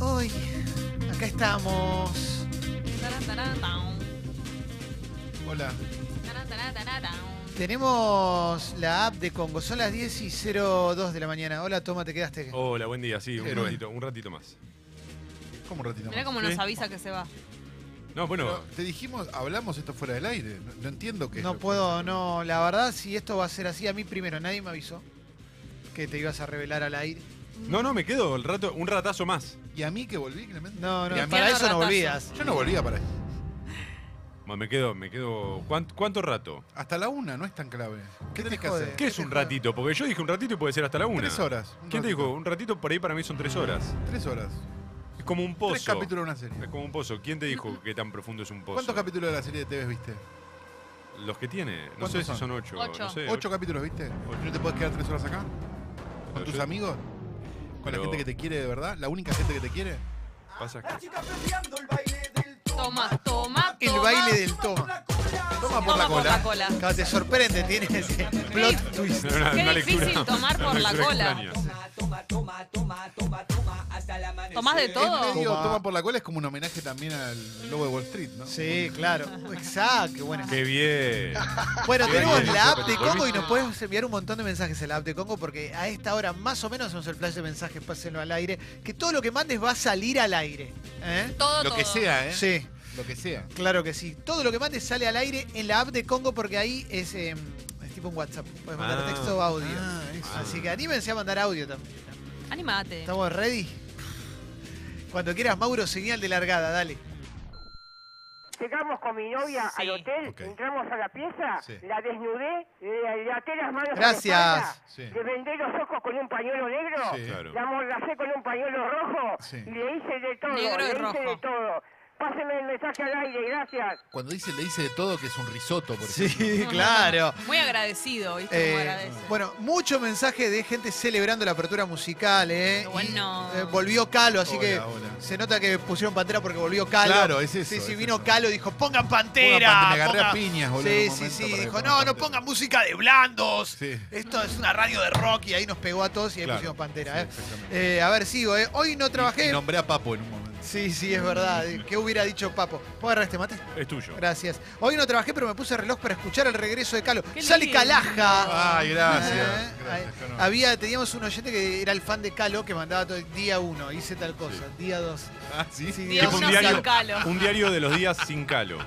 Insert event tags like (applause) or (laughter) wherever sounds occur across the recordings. Hoy, acá estamos. Hola. Tenemos la app de Congo. Son las 10 y 02 de la mañana. Hola, toma, te quedaste. Hola, buen día. Sí, un Héroe. ratito, un ratito más. ¿Cómo un ratito Mirá más? cómo nos Sí. avisa que se va. No, bueno, Pero te dijimos, hablamos esto fuera del aire. No, no entiendo qué es No lo- puedo, no. La verdad, si esto va a ser así, a mí primero, nadie me avisó que te ibas a revelar al aire. no, no, me quedo el rato, un ratazo más. ¿Y a mí que volví, Clemente? No, Y a no, mí- para eso no ratazo. volvías. Yo no volvía para esto. Ma, Me quedo, me quedo. ¿Cuánto, cuánto rato? Hasta la una no es tan clave. ¿Qué tenés que jode? hacer? ¿Qué es un ratito? Porque yo dije un ratito y puede ser hasta la una. Tres horas. un ¿Quién te ratito. dijo? Un ratito por ahí para mí son tres horas. Tres horas. Es como un Tres pozo. capítulos de una serie. Es como un pozo. ¿Quién te dijo que tan profundo es un pozo? ¿Cuántos capítulos de la serie de TV viste? Los que tiene. No ¿Cuántos sé si son? son ocho. Ocho. No sé, ¿Ocho capítulos viste? Ocho. ¿No te podés quedar tres horas acá? ¿Con Pero tus yo- amigos? ¿Con la Pero- gente que te quiere de verdad? ¿La única gente que te quiere? Pasa La que- chica perreando el baile del Toma, toma, toma. El baile del toma. la cola. Toma por la Toma por cola. la cola. Claro, te sorprende, tienes ese plot twist. (laughs) Una- Qué una difícil lectura- tomar por una la lectura cola. extraña. Toma, toma, toma, toma, toma, toma, hasta la amanecer. Tomás de todo. En medio, Toma. toma por la cola es como un homenaje también al lobo de Wall Street, ¿no? Sí, claro. Exacto, qué buena. Qué bien. Bueno, Qué tenemos bien la eso, app de Petito. Congo y nos puedes enviar un montón de mensajes a la app de Congo porque a esta hora más o menos hacemos el flash de mensajes, pásenlo al aire, que todo lo que mandes va a salir al aire. ¿eh? Todo, Lo que todo. sea, ¿eh? Sí, Lo que sea. claro que sí. Todo lo que mandes sale al aire en la app de Congo porque ahí es, eh, es tipo un WhatsApp, puedes mandar Ah. texto o audio. eso. Así que anímense a mandar audio también. Animate. ¿Estamos ready? Cuando quieras, Mauro, señal de largada, dale. Llegamos con mi novia Sí. al hotel, Ok. entramos a la pieza, Sí. la desnudé, le, le até las manos Gracias. a la espalda, Sí. le vendé los ojos con un pañuelo negro, Sí. Claro. la mordacé con un pañuelo rojo Sí. y le hice de todo, Negro y le hice rojo. de todo. Páseme el mensaje al aire, gracias. Cuando dice, le dice de todo que es un risotto, por ejemplo. Sí, claro. Muy agradecido, ¿viste? Muy Eh, agradecido. bueno, mucho mensaje de gente celebrando la apertura musical, ¿eh? Qué bueno. Y, eh, volvió Calo, así Hola, que hola. se nota que pusieron Pantera porque volvió Calo. Claro, es eso, Sí, sí, es vino eso. Calo y dijo, pongan Pongan Pantera. Pantera, me agarré pongan-". a piñas, boludo, en Sí, un sí, sí. momento para que Dijo, pongan no, no Pantera". pongan música de blandos. Sí. Esto es una radio de rock y ahí nos pegó a todos y ahí Claro. pusimos Pantera, Sí, ¿eh? exactamente. Eh, A ver, sigo, ¿eh? Hoy no trabajé. Y nombré a Papo en un momento. Sí, sí, es verdad. (laughs) ¿Qué hubiera dicho Papo? ¿Puedo agarrar este mate? Es tuyo. Gracias. Hoy no trabajé, pero me puse reloj para escuchar el regreso de Calo. Qué Sale lindo. Calaja. Ay, gracias. Eh, Gracias, eh, qué honor. Había, teníamos un oyente que era el fan de Calo que mandaba todo el día uno, hice tal cosa, día dos. Ah, sí. Sí, Día Tipo uno un diario, sin calo. un diario de los días sin calo.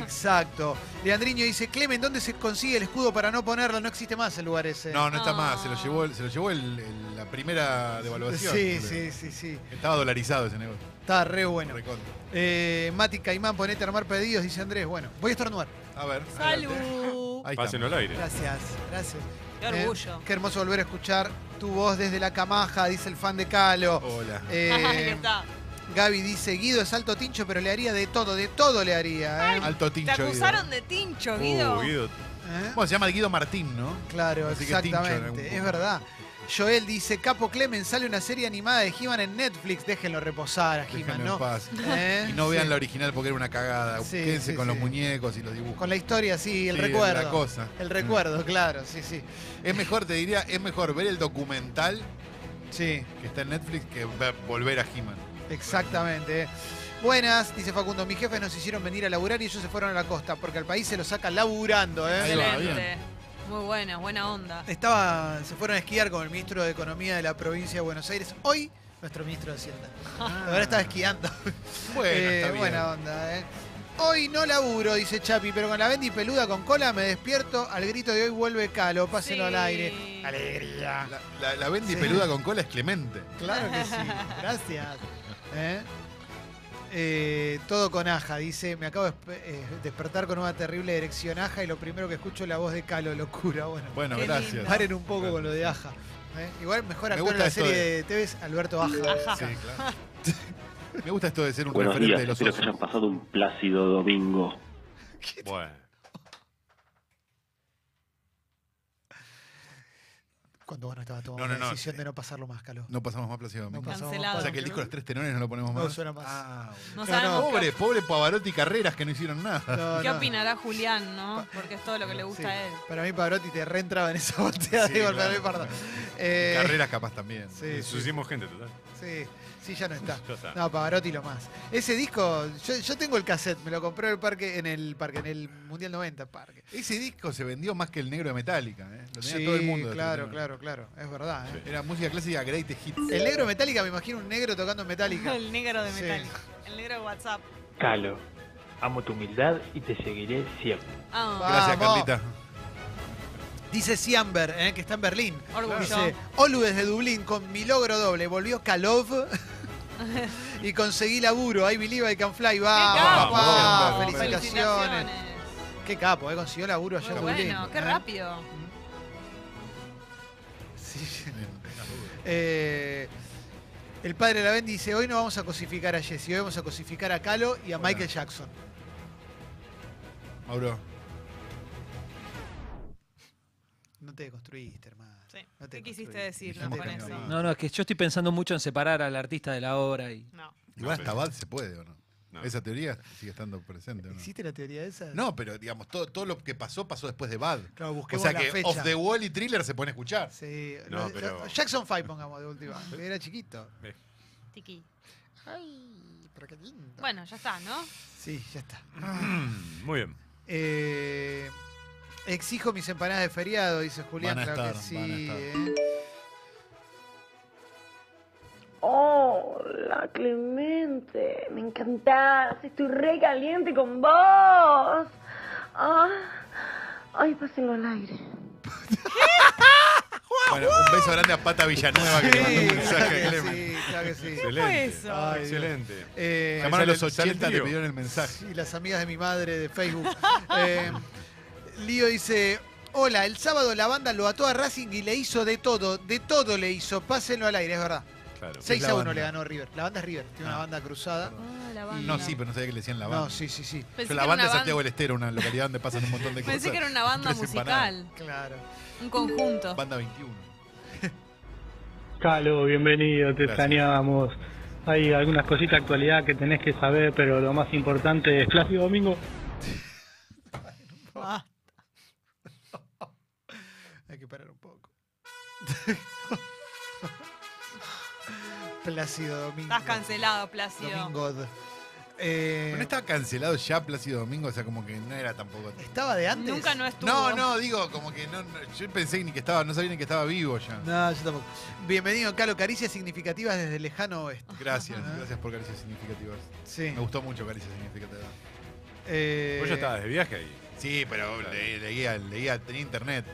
Exacto. Leandriño dice, Clemen, ¿dónde se consigue el escudo para no ponerlo? No existe más el lugar ese. No, no está Ah. más. Se lo llevó, el- se lo llevó el- el- la primera devaluación. Sí, boludo. sí, sí, sí. Estaba dolarizado ese negocio. Está re bueno. Recontra. Eh, Mati Caimán, ponete a armar pedidos, dice Andrés. Bueno, voy a estornudar. A ver. adelante. Salud. Ahí está. Pásenlo al aire. Gracias, gracias. Qué orgullo. (laughs) Eh, qué hermoso volver a escuchar tu voz desde la camaja, dice el fan de Calo. Hola. Eh, Ahí (laughs) está. Gaby dice, Guido es alto tincho, pero le haría de todo, de todo le haría. ¿eh? Alto Te tincho. Guido. acusaron de tincho, Guido. Uh, Guido. ¿Eh? Bueno, se llama Guido Martín, ¿no? Claro, Así que tincho en algún exactamente, punto. es verdad. Joel dice, Capo Clemen, sale una serie animada de He-Man en Netflix, déjenlo reposar a He-Man, Déjenlo en ¿no? paz. ¿Eh? Y no Sí. vean la original porque era una cagada. Sí, Quédense sí, con los sí. muñecos y los dibujos. Con la historia, sí, el Sí, recuerdo. la cosa. El recuerdo, claro, sí, sí. Es mejor, te diría, es mejor ver el documental Sí, que está en Netflix que ver- volver a He-Man. exactamente. ¿eh? Buenas, dice Facundo, mis jefes nos hicieron venir a laburar y ellos se fueron a la costa, porque al país se lo saca laburando, ¿eh? Ahí va, Excelente. Muy bueno, buena onda. Estaba, se fueron a esquiar con el ministro de Economía de la provincia de Buenos Aires. Hoy, nuestro ministro de Hacienda. Ah. Ahora estaba esquiando. Bueno, Eh, está bien. Buena onda, ¿eh? Hoy no laburo, dice Chapi, pero con la bendy peluda con cola me despierto al grito de hoy vuelve Calo, pásenlo Sí. al aire. Alegría. La, la, la Bendy Sí. peluda con cola es Clemente. Claro que (laughs) sí, gracias. ¿Eh? Eh, todo con aja, dice, me acabo de espe- eh, despertar con una terrible erección aja y lo primero que escucho es la voz de Calo, locura, bueno. Bueno, Qué gracias. lindo. Paren un poco con lo de Aja. ¿eh? Igual mejor Me actor en gusta la esto serie de- de TV es Alberto Aja. Sí, (laughs) claro. (laughs) Me gusta esto de ser un Buenos referente días, de los espero que osos. hayan pasado un plácido domingo. Bueno. Cuando bueno, estaba tomando No, no, la no, decisión eh, de no pasarlo más, Calo. No pasamos más Plácido Domingo. No pasamos más Cancelado. o sea Plácido que el disco Domingo. Los Tres Tenores no lo ponemos No más. suena más. Ah, bueno. No No, sabemos no, Pobre, pobre Pavarotti y Carreras que no hicieron nada. No, qué no. opinará Julián, ¿no? Porque es todo lo que le gusta Sí. a él. Para mí Pavarotti te reentraba en esa botea Sí, de golpe claro, de parda. claro. Eh, Carreras capaz también. Sí, sí, Sucimos gente, total. sí, sí, ya no (laughs) está. Ya está. No, Pavarotti lo más. Ese disco, yo, yo tengo el cassette, me lo compré en el parque, en el parque, en el Mundial 90 parque. Ese disco se vendió más que el negro de Metallica, ¿eh? Lo tenía Sí, todo el mundo. este claro, tema. claro, claro. Es verdad, ¿eh? Era música clásica Great Hits. El negro de Metallica, me imagino un negro tocando en Metallica. (laughs) El negro de Sí. Metallica. El negro de WhatsApp. Calo, amo tu humildad y te seguiré siempre. Ah, Gracias, Vamos. Carlita. Dice Siamber, eh, que está en Berlín. Orgullo. Dice, Olu desde Dublín con mi logro doble, volvió (laughs) Kalov y conseguí laburo. I believe I can fly. Vamos, capo! papá. Siamber, Felicitaciones. Qué capo, eh, consiguió laburo allá Muy en bueno, Dublín. qué ¿eh? rápido. Sí. Eh, el padre de la Ben dice, hoy no vamos a cosificar a Jesse, hoy vamos a cosificar a Calo y a Hola. Michael Jackson. (laughs) Mauro. No te deconstruiste, hermano. Sí. No te ¿Qué quisiste construí. decirlo Dijimos con que eso? no. No, no, es que yo estoy pensando mucho en separar al artista de la obra y. No. Igual No, hasta pero- Bad se puede, ¿o no? No. Esa teoría sigue estando presente, ¿o no? ¿Existe la teoría esa? No, pero digamos, todo, todo lo que pasó, pasó después de Bad. Claro, O busquemos sea la que fecha. Off the Wall y Thriller se pueden escuchar. Sí, No, no, pero- eh, Jackson 5 pongamos de (laughs) última, que era chiquito. Tiki. Ay, pero qué lindo. Bueno, ya está, ¿no? Sí, ya está. Mm, Muy bien. Eh, exijo mis empanadas de feriado, dice Julián. Van a claro que estar, sí. van a estar. eh. Hola, Clemente. Me encantás. Estoy re caliente con vos. Ah. Ay, pásenlo al aire. Bueno, un beso grande a Pata Villanueva que le mandó Sí, un claro mensaje a que Clemen. sí, claro que sí. Excelente. eso? Ay, Dios. Excelente. Eh, Llamaron a los Sale- sale 80 y le trío. pidieron el mensaje. Sí, las amigas de mi madre de Facebook. (laughs) Eh, Lío dice: Hola, el sábado la banda lo ató a Racing y le hizo de todo, de todo le hizo. Pásenlo al aire, es verdad. Claro. 6 la a 1 banda. le ganó River. La banda es River, tiene una Ah. banda cruzada. Ah, la banda. No, sí, pero no sabía que le decían la banda. No, sí, sí, sí. Pensé Yo, la que era banda una de Santiago del Estero, una localidad donde pasan un montón de (laughs) cosas. Pensé que era una (laughs) banda Tres empanadas. musical, (laughs) Claro. un conjunto. Banda 21. Calo, bienvenido, te Gracias. extrañábamos. Hay algunas cositas de actualidad que tenés que saber, pero lo más importante es Plácido Domingo. Ah, Hay que parar un poco. (laughs) Plácido Domingo. estás cancelado, Plácido. Domingo. Eh, Pero no estaba cancelado ya Plácido Domingo, o sea, como que no era tampoco. ¿Estaba de antes? Nunca no estuvo. No, no, digo, como que no, no, yo pensé ni que estaba, no sabía ni que estaba vivo ya. No, yo tampoco. Bienvenido, Calo. Caricias significativas desde el lejano oeste. Gracias, Ajá. gracias por caricias significativas. Sí. Me Pues gustó mucho caricias significativas. Eh, Vos ya estabas de viaje ahí. Sí, pero le- leía, leía, tenía internet.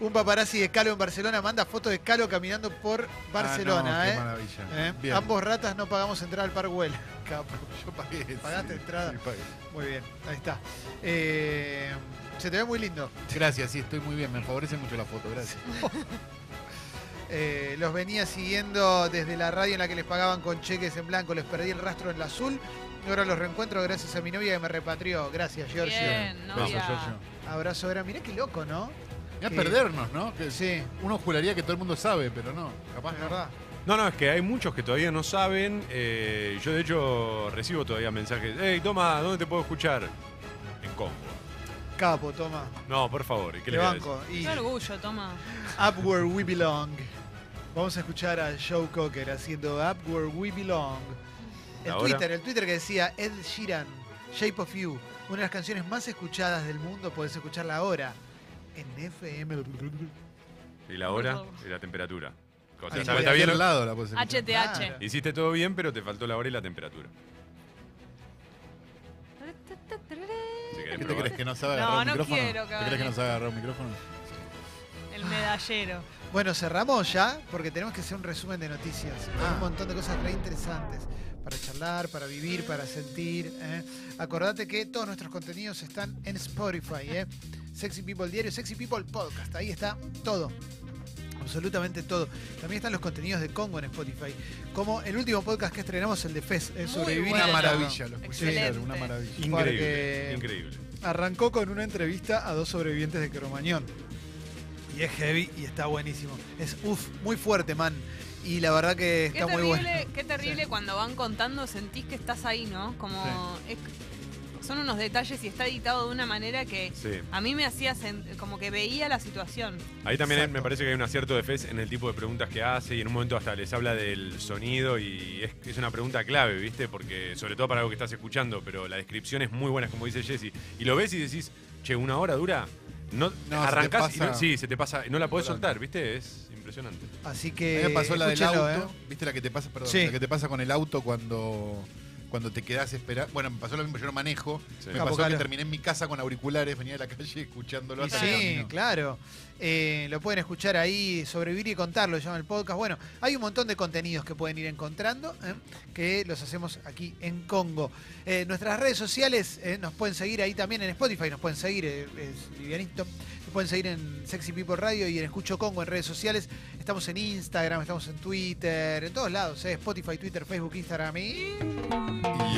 Un paparazzi de Calo en Barcelona manda fotos de Calo caminando por Barcelona, Ah, no, ¿eh? Qué maravilla. ¿Eh? Bien. Ambos ratas no pagamos entrada al Parkwell. Capo. Yo pagué. (laughs) sí. ¿Pagaste entrada? Sí, pagué. Muy bien, ahí está. Eh, se te ve muy lindo. Gracias, sí, estoy muy bien. Me favorece mucho la foto, gracias. Eh, los venía siguiendo desde la radio en la que les pagaban con cheques en blanco. Les perdí el rastro en la azul. Y ahora los reencuentro gracias a mi novia que me repatrió. Gracias, Giorgio. Bien, Beso, novia. Giorgio. Abrazo grande. Mirá qué loco, ¿no? Mirá Que- perdernos, ¿no? Que Sí, Uno juraría que todo el mundo sabe, pero no. Capaz es no. verdad. No, no, es que hay muchos que todavía no saben. eh, yo, de hecho, recibo todavía mensajes. Hey, toma, ¿dónde te puedo escuchar? En Congo. Capo, toma. No, por favor. ¿y ¿Qué Te le voy a decir? banco. Y Qué orgullo, toma. Up Where We Belong. Vamos a escuchar a Joe Cocker haciendo Up Where We Belong. El ¿Ahora? Twitter, el Twitter que decía Ed Sheeran, Shape of You, una de las canciones más escuchadas del mundo, podés escucharla ahora en FM. ¿Y la hora? Y la temperatura. O sea, Ahí Ahí está está- está está bien, bien al lado la posibilidad. Claro. HTH. Hiciste todo bien, pero te faltó la hora y la temperatura. Si querés ¿Qué te probar. crees que no sabe No, agarrar un no micrófono? quiero que ¿Te crees que hagan no sabe agarrar un micrófono? El medallero. Bueno, cerramos ya porque tenemos que hacer un resumen de noticias. Hay Ah. Un montón de cosas re interesantes para charlar, para vivir, para sentir. ¿eh? Acordate que todos nuestros contenidos están en Spotify. ¿eh? Sexy People Diario, Sexy People Podcast. Ahí está todo. Absolutamente todo. También están los contenidos de Congo en Spotify. Como el último podcast que estrenamos, el de Fez, eh, sobrevivir bueno. a Una la charla. maravilla, lo escuché ayer, Excelente. una maravilla. Increíble. Porque- Increíble. Arrancó con una entrevista a dos sobrevivientes de Cromañón. y es heavy y está buenísimo. Es uff, muy fuerte, man. Y la verdad que Qué está muy terrible, bueno. qué terrible cuando van contando, sentís que estás ahí, ¿no? Como es- son unos detalles y está editado de una manera que Sí. a mí me hacía sen- como que veía la situación. Ahí también hay- Exacto. me parece que hay un acierto de Fez en el tipo de preguntas que hace y en un momento hasta les habla del sonido y es, es una pregunta clave, ¿viste? Porque sobre todo para algo que estás escuchando, pero la descripción es muy buena, como dice Jesse. Y lo ves y decís, che, una hora dura. No, No, arrancás se te y no- pasa. sí, se te pasa, y no la podés Volando. soltar, ¿viste? Es impresionante. Así A que. mí me pasó la del escúchenlo, auto. ¿eh? ¿Viste la que te pasa, perdón, Sí. la que te pasa con el auto cuando, cuando te quedás esperando? Bueno, me pasó lo mismo, yo no manejo. Sí. Me Ah, pasó Apocalo. que terminé en mi casa con auriculares, venía de la calle escuchándolo Y hasta sí, que terminó. claro. Eh, lo pueden escuchar ahí, sobrevivir y contarlo, se llama el podcast. Bueno, hay un montón de contenidos que pueden ir encontrando, ¿eh? que los hacemos aquí en Congo. Eh, nuestras redes sociales eh, nos pueden seguir ahí también en Spotify, nos pueden seguir, eh, es livianito. Nos pueden seguir en Sexy People Radio y en Escucho Congo en redes sociales. Estamos en Instagram, estamos en Twitter, en todos lados, ¿eh? Spotify, Twitter, Facebook, Instagram y...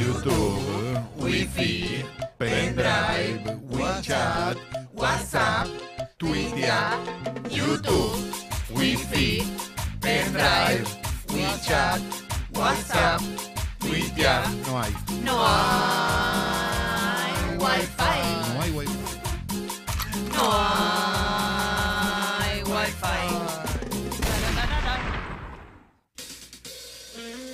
YouTube, Wi-Fi, Pendrive, WeChat, WhatsApp, Twitter, YouTube, Wi-Fi, Pendrive, WeChat, WhatsApp, Twitter. No hay. No hay wifi. No hay Wi-Fi. No hay wifi.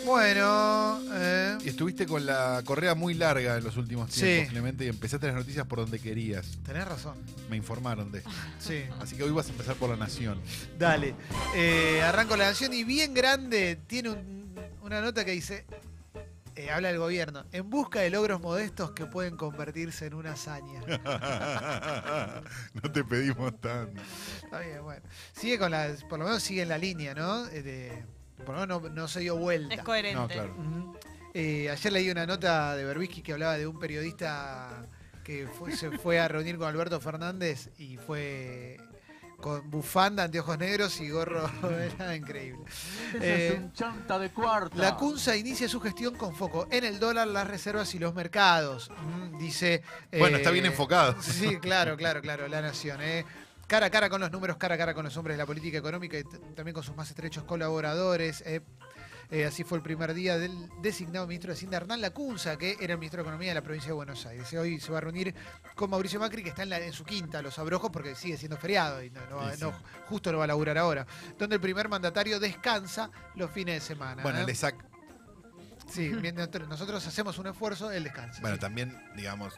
Bueno, eh, Y Estuviste con la correa muy larga en los últimos Sí. tiempos, Clemente, y empezaste las noticias por donde querías. tenés razón. Me informaron de esto. Sí. Así que hoy vas a empezar por La Nación. Dale. Eh, arranco la canción y bien grande tiene un- una nota que dice, eh, habla el gobierno, en busca de logros modestos que pueden convertirse en una hazaña. (laughs) no te pedimos tanto. Está bien, bueno. Sigue con la, por lo menos sigue en la línea, ¿no? Eh, de- por lo menos no, no se dio vuelta. Es coherente. No, claro. Ujú. Eh, ayer leí una nota de Berbisky que hablaba de un periodista que fue- se fue a reunir con Alberto Fernández y fue con bufanda, anteojos negros y gorro. (laughs) Era increíble. Eh, la CUNSA inicia su gestión con foco en el dólar, las reservas y los mercados. Mm, dice. Bueno, eh, está bien enfocado. Sí, (laughs) claro, claro, claro, la nación. ¿eh? Cara a cara con los números, cara a cara con los hombres de la política económica y t- también con sus más estrechos colaboradores. ¿eh? Eh, así fue el primer día del designado ministro de Hacienda Hernán Lacunza, que era el ministro de Economía de la provincia de Buenos Aires. Eh, Hoy se va a reunir con Mauricio Macri, que está en, la- en su quinta, los abrojos, porque sigue siendo feriado y no, no va- Sí, sí. no- justo no va a laburar ahora. Donde el primer mandatario descansa los fines de semana. Bueno, ¿eh? le sac- Sí, mientras nosotros hacemos un esfuerzo, él descansa. bueno, también, digamos,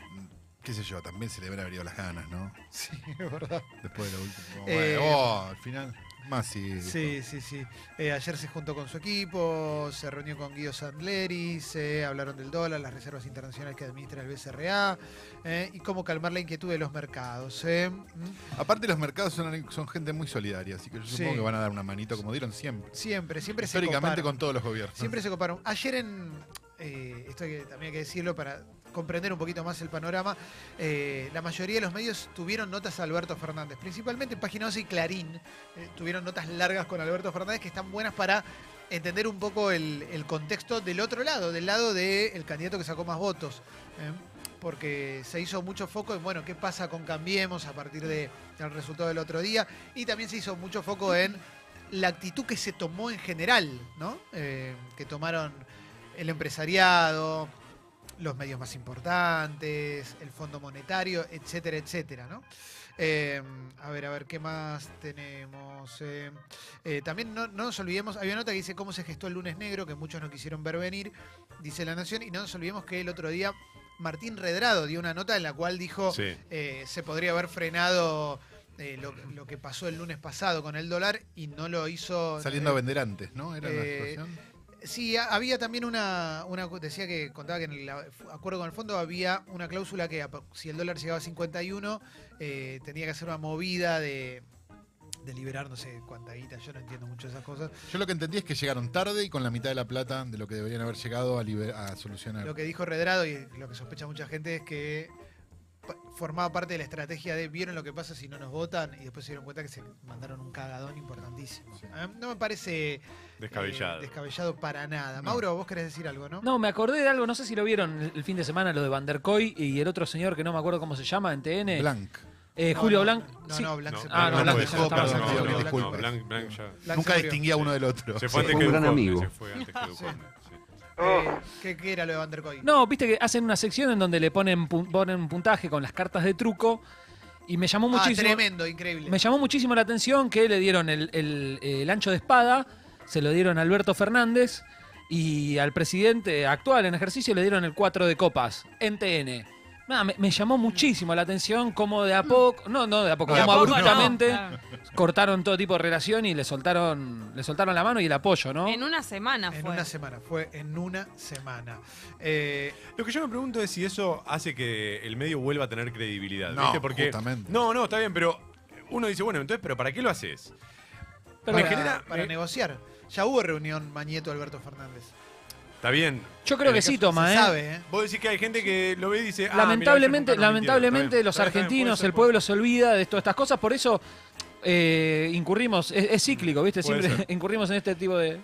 qué sé yo, también se le habrán haber ido las ganas, ¿no? Sí, es verdad. Después de lo último. Eh, Bueno, oh, al final, más sí. Sí, sí, sí. Eh, ayer se juntó con su equipo, se reunió con Guido Sandleri, se hablaron del dólar, las reservas internacionales que administra el BCRA eh, y cómo calmar la inquietud de los mercados. eh. Mm. Aparte, los mercados son, son gente muy solidaria, así que yo supongo Sí. que van a dar una manito como dieron siempre. Siempre, siempre se Históricamente coparon. con todos los gobiernos. Siempre se coparon. Ayer en. eh, esto hay que- también hay que decirlo para comprender un poquito más el panorama. eh, la mayoría de los medios tuvieron notas a Alberto Fernández, principalmente Página 11 y Clarín. eh, tuvieron notas largas con Alberto Fernández que están buenas para entender un poco el, el contexto del otro lado, del lado del candidato que sacó más votos. eh, porque se hizo mucho foco en, bueno, qué pasa con Cambiemos a partir de- del resultado del otro día. Y también se hizo mucho foco en la actitud que se tomó en general, ¿no? Eh, que tomaron el empresariado, los medios más importantes, el Fondo Monetario, etcétera, etcétera, ¿no? Eh, a ver, a ver, ¿qué más tenemos? Eh, eh, también no, no nos olvidemos, había nota que dice cómo se gestó el lunes negro, que muchos no quisieron ver venir, dice La Nación, y no nos olvidemos que el otro día Martín Redrado dio una nota en la cual dijo Sí. eh, se podría haber frenado eh, lo, lo que pasó el lunes pasado con el dólar y no lo hizo. Saliendo a eh, vender antes, ¿no? Era eh, la situación. Sí, ha- había también una, una. cu- Decía que contaba que en el a- acuerdo con el fondo había una cláusula que ap- si el dólar llegaba a 51, eh, tenía que hacer una movida de, de liberar no sé cuánta guita. Yo no entiendo mucho esas cosas. Yo lo que entendí es que llegaron tarde y con la mitad de la plata de lo que deberían haber llegado a, liber- a solucionar. Lo que dijo Redrado y lo que sospecha mucha gente es que pa- formaba parte de la estrategia de vieron lo que pasa si no nos votan y después se dieron cuenta que se mandaron un cagadón importantísimo. Eh, No me parece eh, Descabellado. descabellado para nada. No. Mauro, vos querés decir algo, ¿no? No, me acordé de algo, no sé si lo vieron el, el fin de semana, lo de Van der Koy y el otro señor que no me acuerdo cómo se llama en TN. Blanc. Eh, No, Julio no, Blanc. No, sí. no, Blanc se Ah, no, Blanc Blanc dejó, ya no está. perdón, Blanc no, se no, murió. disculpe. Blanc, Blanc ya. Blanc Nunca se murió. distinguía uno del otro. Se fue Sí. antes un que gran Duhovne, amigo. Se fue antes que Duhovne, sí. Eh, ¿qué, qué era lo de Vandercoy? No, viste que hacen una sección en donde le ponen, pu- ponen un puntaje con las cartas de truco y me llamó ah, muchísimo. tremendo, increíble. Me llamó muchísimo la atención que le dieron el, el- el ancho de espada, se lo dieron a Alberto Fernández y al presidente actual en ejercicio le dieron el 4 de copas en TN. Nada, me, me llamó muchísimo la atención cómo de a poco, no, no de a poco, De a como poco, no. abruptamente Claro. cortaron todo tipo de relación y le soltaron, le soltaron la mano y el apoyo, ¿no? En una semana en fue. una semana, fue en una semana. Eh, Lo que yo me pregunto es si eso hace que el medio vuelva a tener credibilidad. No, ¿viste? Porque, justamente. No, no, está bien, pero uno dice, bueno, entonces, ¿pero para qué lo haces? Pero para eh, me genera- para me- negociar. Ya hubo reunión Mañeto-Alberto Fernández. Está bien. yo creo en que el sí, caso- toma, Se ¿eh? sabe, ¿eh? Vos decís que hay gente que lo ve y dice. ah, lamentablemente, mirá, ellos nunca nos mintieron. Está lamentablemente bien, los está bien, está bien, argentinos, puede el ser, pueblo se olvida de todas estas cosas, por eso eh, incurrimos, es, es cíclico, ¿viste? Puede Siempre ser. (laughs) incurrimos en este tipo de...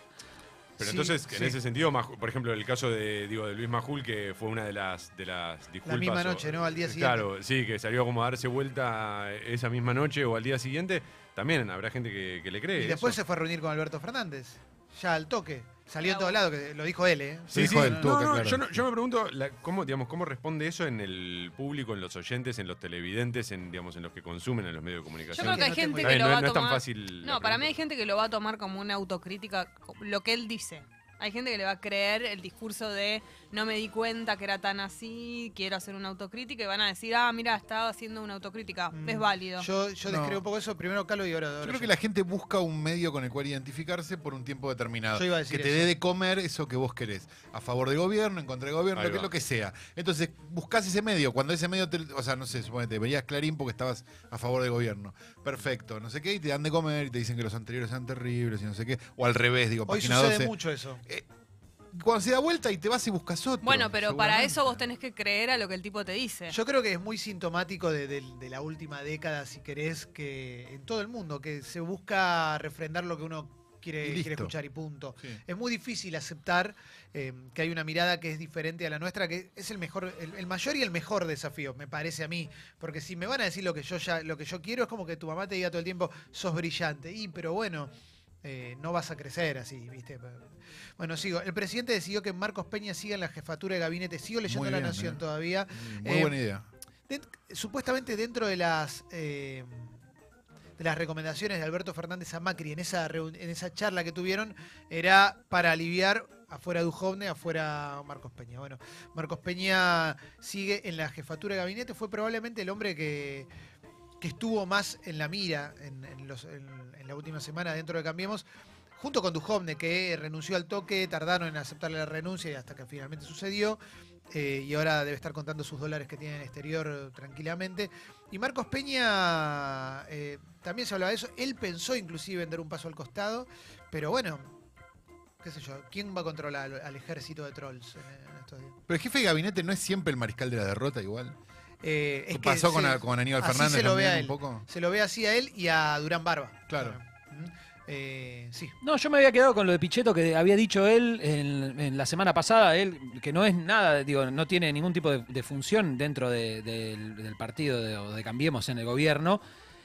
Sí, Pero entonces, en sí. ese sentido, Maju- por ejemplo, el caso de, digo, de Luis Majul, que fue una de las, de las disculpas. misma o- noche, ¿no? Al día siguiente. Claro, sí, que salió como a darse vuelta esa misma noche o al día siguiente. También habrá gente que, que le cree. Y después eso. se fue a reunir con Alberto Fernández. Ya al toque. Salió en Ah, todos lados, que lo dijo él, ¿eh? Sí, dijo él, tuvo no, que no, aclarar. yo, no- yo me pregunto la- cómo, digamos, cómo responde eso en el público, en los oyentes, en los televidentes, en, digamos, en los que consumen en los medios Yo de comunicación. creo que hay no gente tengo Está que bien, lo no, va a no es tan tomar. fácil. la No, para mí pregunta. hay gente que lo va a tomar como una autocrítica, co- lo que él dice. Hay gente que le va a creer el discurso de no me di cuenta que era tan así, quiero hacer una autocrítica y van a decir, ah, mira, estaba haciendo una autocrítica, es válido. Mm, Yo, yo No. describo un poco eso. Primero Calo y ahora. Yo ahora creo yo. que la gente busca un medio con el cual identificarse por un tiempo determinado. Yo iba a decir que te eso. dé de comer eso que vos querés. A favor del gobierno, en contra del gobierno, Ahí lo que, va. lo que sea. Entonces, buscás ese medio. Cuando ese medio, te- o sea, no sé, suponete, veías Clarín porque estabas a favor del gobierno. Perfecto, no sé qué, y te dan de comer y te dicen que los anteriores eran terribles y no sé qué. O al revés, digo, Hoy página sucede 12. mucho eso. Cuando se da vuelta y te vas y buscas otro. Bueno, pero para seguramente. eso vos tenés que creer a lo que el tipo te dice. Yo creo que es muy sintomático de, de- de la última década, si querés, que en todo el mundo, que se busca refrendar lo que uno Y quiere, listo. quiere escuchar y punto. Sí. Es muy difícil aceptar eh, que hay una mirada que es diferente a la nuestra, que es el mejor, el, el mayor y el mejor desafío, me parece a mí. Porque si me van a decir lo que yo ya, lo que yo quiero, es como que tu mamá te diga todo el tiempo, sos brillante. Y pero bueno, eh, no vas a crecer así, ¿viste? Bueno, sigo. El presidente decidió que Marcos Peña siga en la jefatura de gabinete. Sigo leyendo Muy La bien, Nación eh. todavía. Muy Eh, buena idea. Dent- supuestamente dentro de las eh, de las recomendaciones de Alberto Fernández a Macri en esa reun- en esa charla que tuvieron era para aliviar afuera Dujovne, afuera Marcos Peña. Bueno, Marcos Peña sigue en la jefatura de gabinete, fue probablemente el hombre que, que estuvo más en la mira en, en los- en- en la última semana dentro de Cambiemos, junto con Dujovne, que renunció al toque, tardaron en aceptarle la renuncia y hasta que finalmente sucedió. Eh, y ahora debe estar contando sus dólares que tiene en el exterior eh, tranquilamente. Y Marcos Peña eh, también se hablaba de eso. Él pensó inclusive en dar un paso al costado, pero bueno, qué sé yo, ¿quién va a controlar al, al ejército de trolls en, en estos días? Pero el jefe de gabinete no es siempre el mariscal de la derrota, igual. Eh, es que Pasó con, se- a- con Aníbal así Fernández se lo ve también a un él. poco. Se lo ve así a él y a Durán Barba. Claro. Mm. Eh, sí. No, yo me había quedado con lo de Pichetto que había dicho él en, en la semana pasada, él que no es nada, digo, no tiene ningún tipo de, de función dentro de- del, del partido de, o de Cambiemos en el gobierno.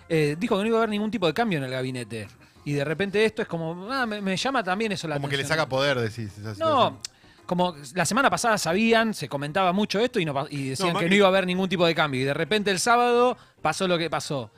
Eh, dijo que no iba a haber ningún tipo de cambio en el gabinete. Y de repente esto es como, ah, me, me llama también eso la Como que le atención. saca poder, decís. esa No, situación. como la semana pasada sabían, se comentaba mucho esto y, no pa- y decían No, que Macri- no iba a haber ningún tipo de cambio. Y de repente el sábado pasó lo que pasó.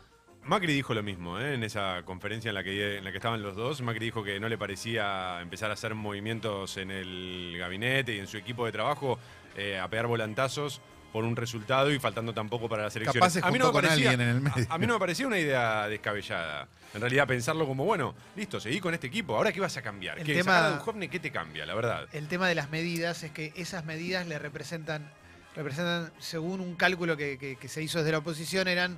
Macri dijo lo mismo, ¿eh? en esa conferencia en la, que, en la que estaban los dos. Macri dijo que no le parecía empezar a hacer movimientos en el gabinete y en su equipo de trabajo, eh, a pegar volantazos por un resultado y faltando tampoco para las elecciones. Capaz se a mí no me juntó con parecía, alguien en el medio. a- a mí no me parecía una idea descabellada. En realidad, pensarlo como, bueno, listo, seguí con este equipo, ¿ahora qué vas a cambiar? El ¿Qué, tema- sacar a Duhovne, ¿Qué te cambia, la verdad? El tema de las medidas es que esas medidas le representan, representan según un cálculo que, que- que se hizo desde la oposición, eran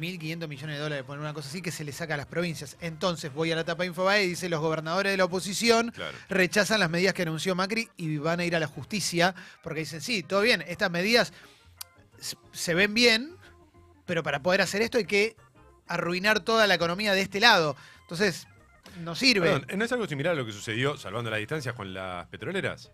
1.500 millones de dólares, poner una cosa así, que se le saca a las provincias. Entonces voy a la tapa de Infobae y dice los gobernadores de la oposición Claro. rechazan las medidas que anunció Macri y van a ir a la justicia porque dicen, sí, todo bien, estas medidas s- se ven bien, pero para poder hacer esto hay que arruinar toda la economía de este lado. Entonces, no sirve. Perdón, ¿No es algo similar a lo que sucedió, salvando las distancias, con las petroleras?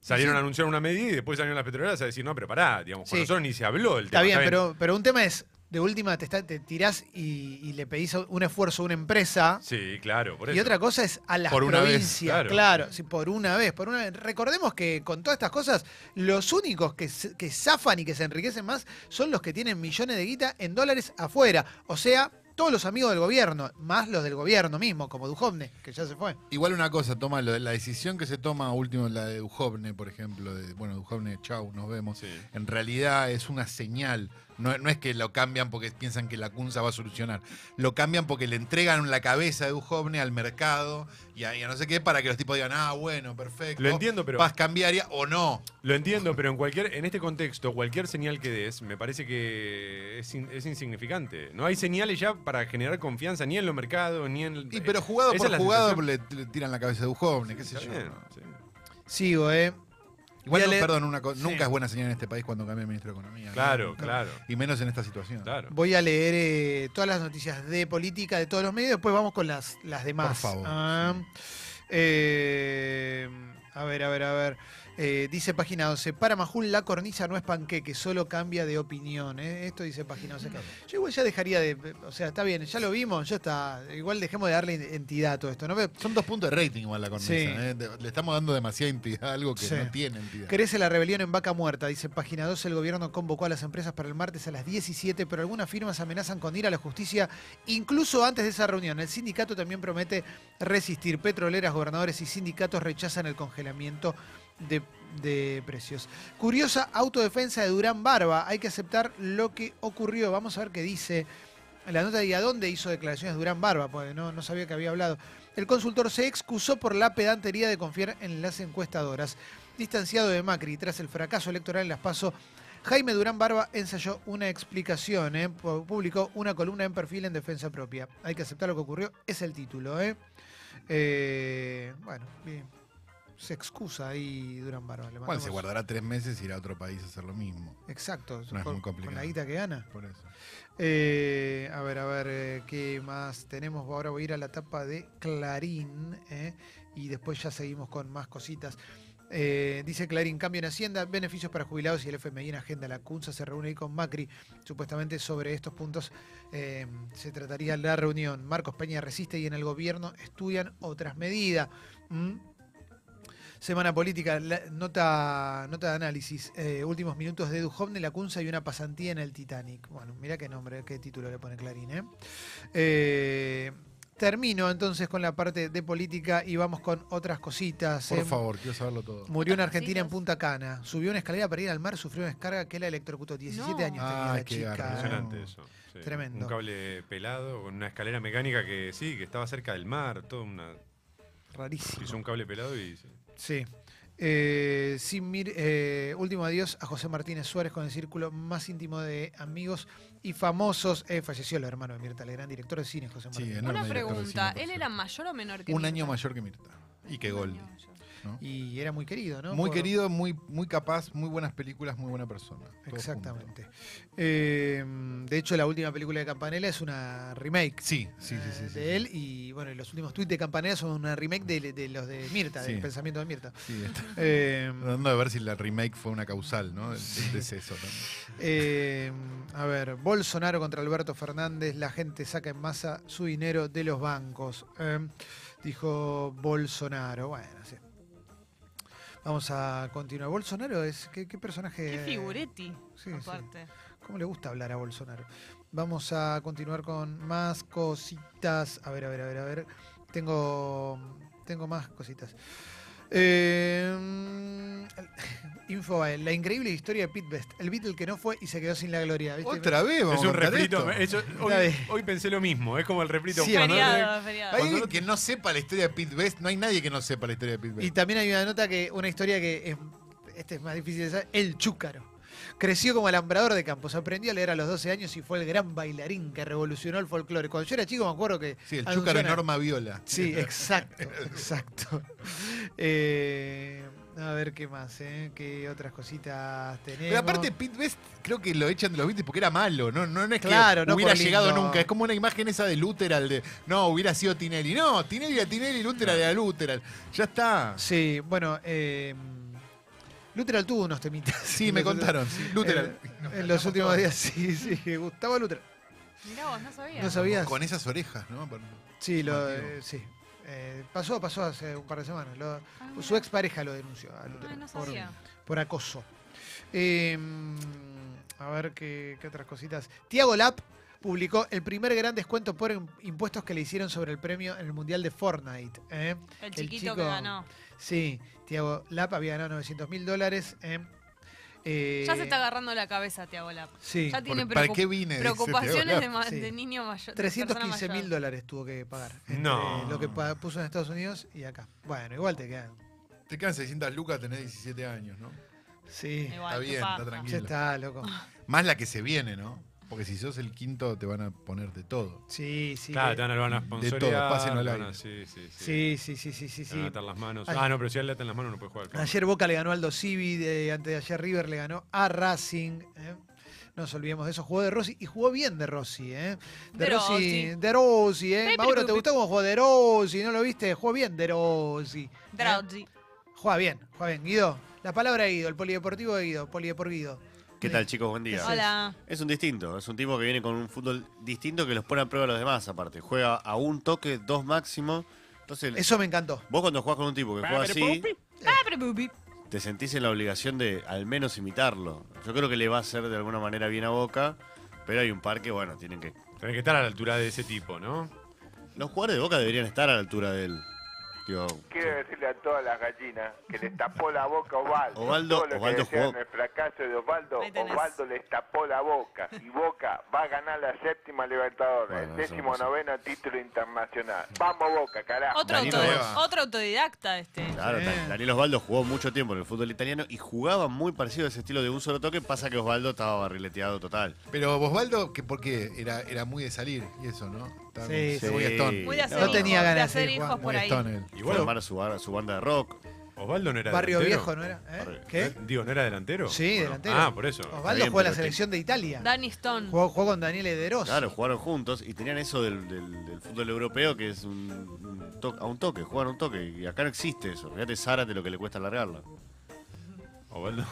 Salieron a anunciar una medida y después salieron las petroleras a decir, no, pero pará, digamos, con Sí. nosotros ni se habló el Está tema. bien, Pero, pero un tema es de última te, está- te tirás y, y le pedís un esfuerzo a una empresa. Sí, claro, por eso. Y otra cosa es a las Por una vez, provincias, claro. claro, sí, por una vez, por una vez. Recordemos que con todas estas cosas, los únicos que, se- que zafan y que se enriquecen más son los que tienen millones de guita en dólares afuera. O sea, todos los amigos del gobierno, más los del gobierno mismo, como Dujovne, que ya se fue. Igual una cosa, toma lo de la decisión que se toma último, la de Dujovne, por ejemplo, de, bueno, Dujovne, chau, nos vemos. Sí. En realidad es una señal. No, no es que lo cambian porque piensan que la CUNSA va a solucionar. Lo cambian porque le entregan la cabeza de Dujovne al mercado y a, y a no sé qué para que los tipos digan, ah, bueno, perfecto. Lo entiendo, pero- Paz cambiaria o no. Lo entiendo, pero en cualquier, en este contexto, cualquier señal que des, me parece que es, in- es insignificante. No hay señales ya para generar confianza ni en los mercados, ni en. Y, pero jugado Esa es por la jugado sensación. le, le tiran la cabeza de Dujovne, qué sé Está yo. bien, ¿no? sí. Sigo, ¿eh? Igual, Voy a no, leer- perdón, una cosa, Sí. nunca es buena señal en este país cuando cambia el ministro de Economía. ¿no? Claro, Nunca. claro, Y menos en esta situación. claro. Voy a leer eh, todas las noticias de política de todos los medios, después vamos con las, las demás. favor, Ah, eh, a ver, a ver, a ver. Eh, dice Página 12, para Majul la cornisa no es panqueque, solo cambia de opinión. ¿eh? Esto dice Página 12. Yo igual ya dejaría de... O sea, está bien, ya lo vimos, ya está. Igual dejemos de darle entidad a todo esto. ¿no? Pero Son dos puntos de rating igual la cornisa. Sí. ¿eh? De- Le estamos dando demasiada entidad a algo que Sí. no tiene entidad. Crece la rebelión en Vaca Muerta, dice Página 12. El gobierno convocó a las empresas para el martes a las 17, pero algunas firmas amenazan con ir a la justicia incluso antes de esa reunión. El sindicato también promete resistir. Petroleras, gobernadores y sindicatos rechazan el congelamiento de, de precios. Curiosa autodefensa de Durán Barba. Hay que aceptar lo que ocurrió. Vamos a ver qué dice la nota y a dónde hizo declaraciones Durán Barba, porque no, no sabía que había hablado. El consultor se excusó por la pedantería de confiar en las encuestadoras. Distanciado de Macri tras el fracaso electoral en las PASO, Jaime Durán Barba ensayó una explicación, ¿eh? Pu- publicó una columna en perfil en defensa propia. Hay que aceptar lo que ocurrió, es el título. ¿eh? Eh, bueno, bien. Se excusa ahí Durán Barba. le Bueno, se mandamos- guardará tres meses y irá a otro país a hacer lo mismo. Exacto, No es con- muy con complicado. la guita que gana. Por eso. Eh, a ver, a ver, eh, ¿qué más tenemos? Ahora voy a ir a la tapa de Clarín ¿eh? y después ya seguimos con más cositas. Eh, dice Clarín, cambio en Hacienda, beneficios para jubilados y el FMI en agenda. La CUNSA se reúne ahí con Macri. Supuestamente sobre estos puntos eh, se trataría la reunión. Marcos Peña resiste y en el gobierno estudian otras medidas. ¿Mm? Semana política, la- nota, nota de análisis. eh, últimos minutos de Duhovne, la Cunza y una pasantía en el Titanic. Bueno, mirá qué nombre, qué título le pone Clarín. ¿eh? Eh, termino entonces con la parte de política y vamos con otras cositas. Por ¿eh? favor, quiero saberlo todo. Murió una argentina en Punta Cana. Subió una escalera para ir al mar, sufrió una descarga que la electrocutó. 17 No. años tenía Ay, la qué chica. ¿eh? garrón. Impresionante eso. sí. Tremendo. Un cable pelado con una escalera mecánica que sí, que estaba cerca del mar, todo una. eh, Rarísimo. Hizo un cable pelado y. sí. Sí. Eh, sin mir- eh, último adiós a José Martínez Suárez con el círculo más íntimo de amigos y famosos. Eh, falleció el hermano de Mirta Legrand, director de cine José Sí, eh. Martínez. enorme Una director de pregunta, cine, por ¿él cierto. era mayor o menor que Un Mirta? año mayor que Mirta. Y que Un Gold. año mayor. Y era muy querido, ¿no? Muy Por- querido, muy, muy capaz, muy buenas películas, muy buena persona. Todo junto. Exactamente. Eh, de hecho, la última película de Campanella es una remake Sí, sí, sí, eh, sí. sí, de sí. él. Y bueno, y los últimos tweets de Campanella son una remake de, de los de Mirta, Sí. Ah. del pensamiento de (laughs) Mirta. Sí, está Eh, tratando de ver si la remake fue una causal, ¿no? Del del deceso también. Eh, a ver, Bolsonaro contra Alberto Fernández, la gente saca en masa su dinero de los bancos, eh, dijo Bolsonaro. Bueno, sí. Vamos a continuar. Bolsonaro es qué, qué personaje. Qué eh, figuretti, sí, sí. aparte. ¿Cómo le gusta hablar a Bolsonaro? Vamos a continuar con más cositas. A ver, a ver, a ver, a ver. Tengo, tengo más cositas. (laughs) Eh, Infobae, eh, la increíble historia de Pete Best, el Beatle que no fue y se quedó sin la gloria. ¿viste? Otra vez, vamos Es a un contar refrito. esto. eso- hoy, Está bien. hoy pensé lo mismo, es como el refrito. Sí, cuando- eh, Feriado, feriado. Hay Cuando alguien no- que no sepa la historia de Pete Best, no hay nadie que no sepa la historia de Pete Best. Y también hay una nota que, una historia que es, este es más difícil de saber, el chúcaro. Creció como alambrador de campos, aprendió a leer a los 12 años y fue el gran bailarín que revolucionó el folclore. Cuando yo era chico me acuerdo que... Sí, el anunciaban- chúcaro de Norma Viola. Sí, eh, (laughs) exacto, exacto. Eh, a ver qué más, ¿eh? ¿Qué otras cositas tenemos? Pero aparte, Pete Best creo que lo echan de los Beatles porque era malo, no, no, no es Claro, que no hubiera por llegado lindo. nunca. Es como una imagen esa de Luteral de no, hubiera sido Tinelli. No, Tinelli era Tinelli, Luteral era Luteral. Ya está. Sí, bueno, eh, Luteral tuvo unos temitas. Sí, me contaron. sí, Luteral. En, en los últimos días, sí, sí. (laughs) Gustavo Luteral. Mirá vos, no sabía. No sabías. Con esas orejas, ¿no? Por- Sí, lo, Contigo. eh, sí. Eh, pasó, pasó hace un par de semanas. Lo- Ah, mira. su expareja lo denunció a Lutero Ay, no por, sabía. por acoso. Eh, a ver qué, qué otras cositas. Tiago Lap publicó el primer gran descuento por im- impuestos que le hicieron sobre el premio en el Mundial de Fortnite. ¿eh? El chiquito chico- que ganó. Sí, Tiago Lap había ganado 900 mil dólares. ¿eh? Eh, Ya se está agarrando la cabeza, Tiago Lap. Sí, Ya tiene ¿Para preocup- qué vine? Dice, preocupaciones de, Teodoro. ma- Sí. de niño mayor. de persona 315 mil mayor. dólares tuvo que pagar. entre No. Lo que pa- puso en Estados Unidos y acá. Bueno, igual te quedan. Te quedan 600 lucas, tenés 17 años, ¿no? Sí. Igual, Está qué bien, está paja. tranquilo. Ya está, loco. Más la que se viene, ¿no? Porque si sos el quinto, te van a poner de todo. Sí, sí. Claro, te van a, lo van a De sponsorear, todo, pásenlo al te van a- aire. Sí, sí, sí, sí. sí, sí, sí, sí, Te van sí. a atar las manos. Ay. Ah, no, pero si él le atan las manos no puede jugar. al fútbol. Ayer Boca le ganó al Dosivi, de, antes de ayer River le ganó a Racing. ¿eh? No nos olvidemos de eso. Jugó de Rossi y jugó bien de Rossi, ¿eh? De, De Rossi, Rossi. De Rossi, ¿eh? Pepe, Mauro, ¿te Pepe. gustó cómo jugó de Rossi? ¿No lo viste? Jugó bien de Rossi. ¿eh? Drauzi. Juega bien, juega bien. Guido, la palabra de Guido, el polideportivo de Guido, polidepor Guido. ¿Qué tal, chicos? Buen día. Hola. Es un distinto, es un tipo que viene con un fútbol distinto que los pone a prueba a los demás, aparte. Juega a un toque, dos máximo. Entonces, Eso me encantó. vos cuando jugás con un tipo que juega así, Ah, pero pupi. te sentís en la obligación de al menos imitarlo. Yo creo que le va a hacer de alguna manera bien a Boca, pero hay un par que, bueno, tienen que... Tenés que estar a la altura de ese tipo, ¿no? Los jugadores de Boca deberían estar a la altura de él. Digo, Quiero decirle a todas las gallinas que les tapó la boca a Ovaldo. Ovaldo- Todo lo que Ovaldo decían jugó- en el fracaso de Osvaldo, Ahí tenés. Osvaldo les tapó la boca. Y Boca va a ganar la séptima Libertadores, Bueno, el eso décimo no sé. noveno título internacional. Vamos Boca, carajo. Otro, Danilo auto- Eva. otro autodidacta este. Claro, Sí. Dan- Daniel Osvaldo jugó mucho tiempo en el fútbol italiano y jugaba muy parecido a ese estilo de un solo toque. Pasa que Osvaldo estaba barrileteado total. Pero Osvaldo, que porque era, era muy de salir y eso, ¿no? Estaba Sí, muy- sí. muy stone. Muy de hacer No hijos, tenía ganas de de hacer seguir hijos jugando. por Muy ahí. stone él. Igual Formar su, bar- su banda de rock. Osvaldo no era Barrio delantero. Viejo, ¿no era? ¿Eh? Barrio- ¿Qué? Digo, ¿no era delantero? Sí, delantero. Ah, por eso. Osvaldo bien, juega en la pero te- selección de Italia. Danny Stone. Jugó, jugó con Daniel Ederos. Claro, jugaron juntos y tenían eso del, del- del fútbol europeo que es un, un to- a un toque, juegan a un toque. Y acá no existe eso. Fíjate Zárate lo que le cuesta alargarla. Osvaldo.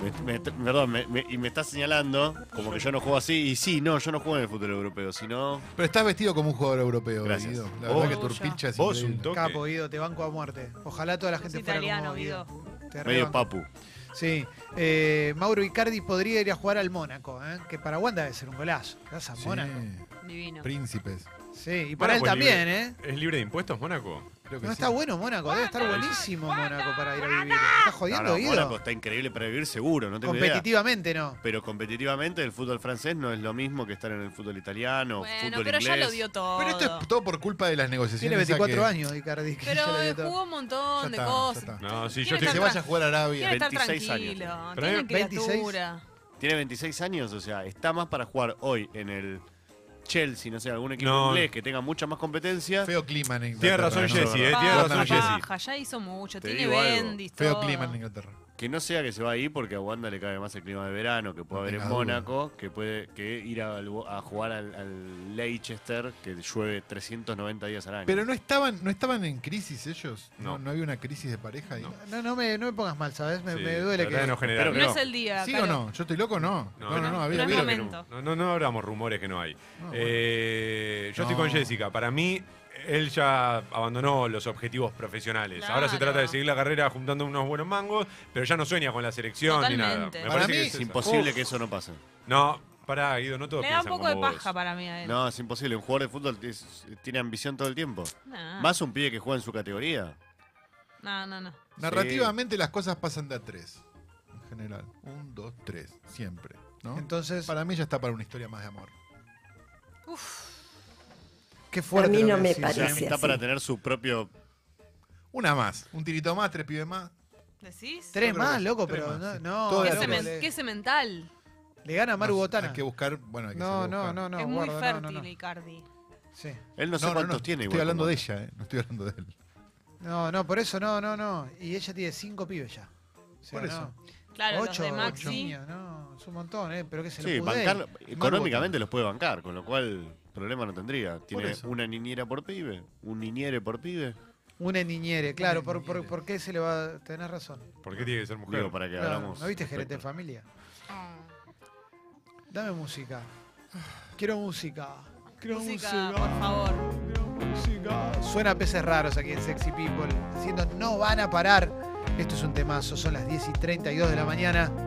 Me- me- perdón, me- me- y me está señalando como que yo no juego así. Y sí, no, yo no juego en el fútbol europeo, sino. Pero estás vestido como un jugador europeo, Gracias. Guido. La Vos- verdad que tu pilcha es Vos un increíble. toque. Capo, Guido, te banco a muerte. Ojalá toda la gente Es fuera italiano, como Guido. Te medio rebanco. papu. Sí. Eh, Mauro Icardi podría ir a jugar al Mónaco, ¿eh? que para Wanda debe ser un golazo. ¿Te vas a Sí, Mónaco? Divino. príncipes. Sí, y para él Mónaco es también, libre. ¿eh? ¿Es libre de impuestos, Mónaco? Creo que No sí. está bueno Mónaco, debe estar buenísimo Mónaco para ir a vivir. ¿Estás No, jodiendo, no, Guido? pues, Mónaco está increíble para vivir seguro, no tengo idea. Competitivamente no. Pero competitivamente el fútbol francés no es lo mismo que estar en el fútbol italiano, Bueno, fútbol pero inglés. ya lo dio todo. Pero esto es todo por culpa de las Tiene negociaciones. esas 24 que- años Icardi. que Pero ya le dio todo. jugó un montón Ya de está, ya cosas. está. No, sí, Tiene yo Que estoy se tanta- vaya a jugar a Quiere Arabia. estar 26 años tranquilo. Pero Tiene hay- 26. criatura. Tiene 26 años, o sea, está más para jugar hoy en el Chelsea, no sé, algún equipo No. inglés que tenga mucha más competencia. Feo clima en Inglaterra. Tiene razón ¿no? Jessy, eh. Tiene Paja, razón Jessy. paja, ya hizo mucho. Te Tiene digo algo. Bendis. Feo todo. clima en Inglaterra. Que no sea que se va ahí porque a Wanda le cabe más el clima de verano, que No puede haber en tenga duda. Mónaco, que puede que ir a, a jugar al, al Leicester, que llueve 390 días al año. Pero no estaban, no estaban en crisis ellos. No. No. no había una crisis de pareja. ahí? No, no me, no me pongas mal, ¿sabes? Me, Sí, me duele la que. verdad no generar, Pero No pero- es el día. ¿Sí Caro. o no? ¿Yo estoy loco? No. No, no, no. había, no es había- momento. No, no, no hablamos rumores que no hay. No, Eh, Yo estoy No. con Jessica. Para mí, él ya abandonó los objetivos profesionales. Ahora se Claro. trata de seguir la carrera juntando unos buenos mangos, pero ya no sueña con la selección ni nada. Totalmente. Me Para parece mí que es es esa. imposible que eso no pase. No, pará, Guido, no todos Le da un piensan poco de como vos. paja para mí a él. No, es imposible. Un jugador de fútbol es- tiene ambición todo el tiempo. No, Más un pibe que juega en su categoría. no, no. no. Narrativamente las cosas pasan de a tres. En general. Un, dos, tres. Siempre. ¿no? Entonces, Para mí ya está para una historia más de amor. qué fuerte. A mí lo no que me decís, O sea, parece. ¿eh? está así. para tener su propio. Una más. Un tirito más, tres pibes más. ¿Decís? Tres Yo creo más, que- loco, tres pero más, sí. no. no Todo ¿Qué, de loco, acuerdo. semen- le, qué semental? le gana a Maru No, Botana. Hay que buscar. Bueno, hay que no, saber no, buscar. no, no. es muy guarda, fértil, no, no, no. Icardi. Sí. Él no, sé No, no, cuántos no. tiene. Estoy igual, hablando como- de ella, eh. No estoy hablando de él. No, no, por eso no, no, no. Y ella tiene cinco pibes ya. O sea, Por eso. no. Claro, ocho, los ocho de Maxi. niños, no. Es un montón, ¿eh? Pero que se Sí, lo pude. bancar, económicamente Botana. los puede bancar, con lo cual problema no tendría. Tiene eso. una niñera por pibe, un niñere por pibe. Una niñere, claro. por, por- ¿por qué se le va...? Tenés razón. ¿Por qué tiene que ser mujer? Digo, para que Claro, hablamos. ¿No viste gerente de familia? Ah. Dame música. Quiero música. Quiero Música, música. por favor. Quiero música. Suena a peces raros aquí en Sexy People. Diciendo no van a parar. Esto es un temazo. Son las 10 y 32 de la mañana.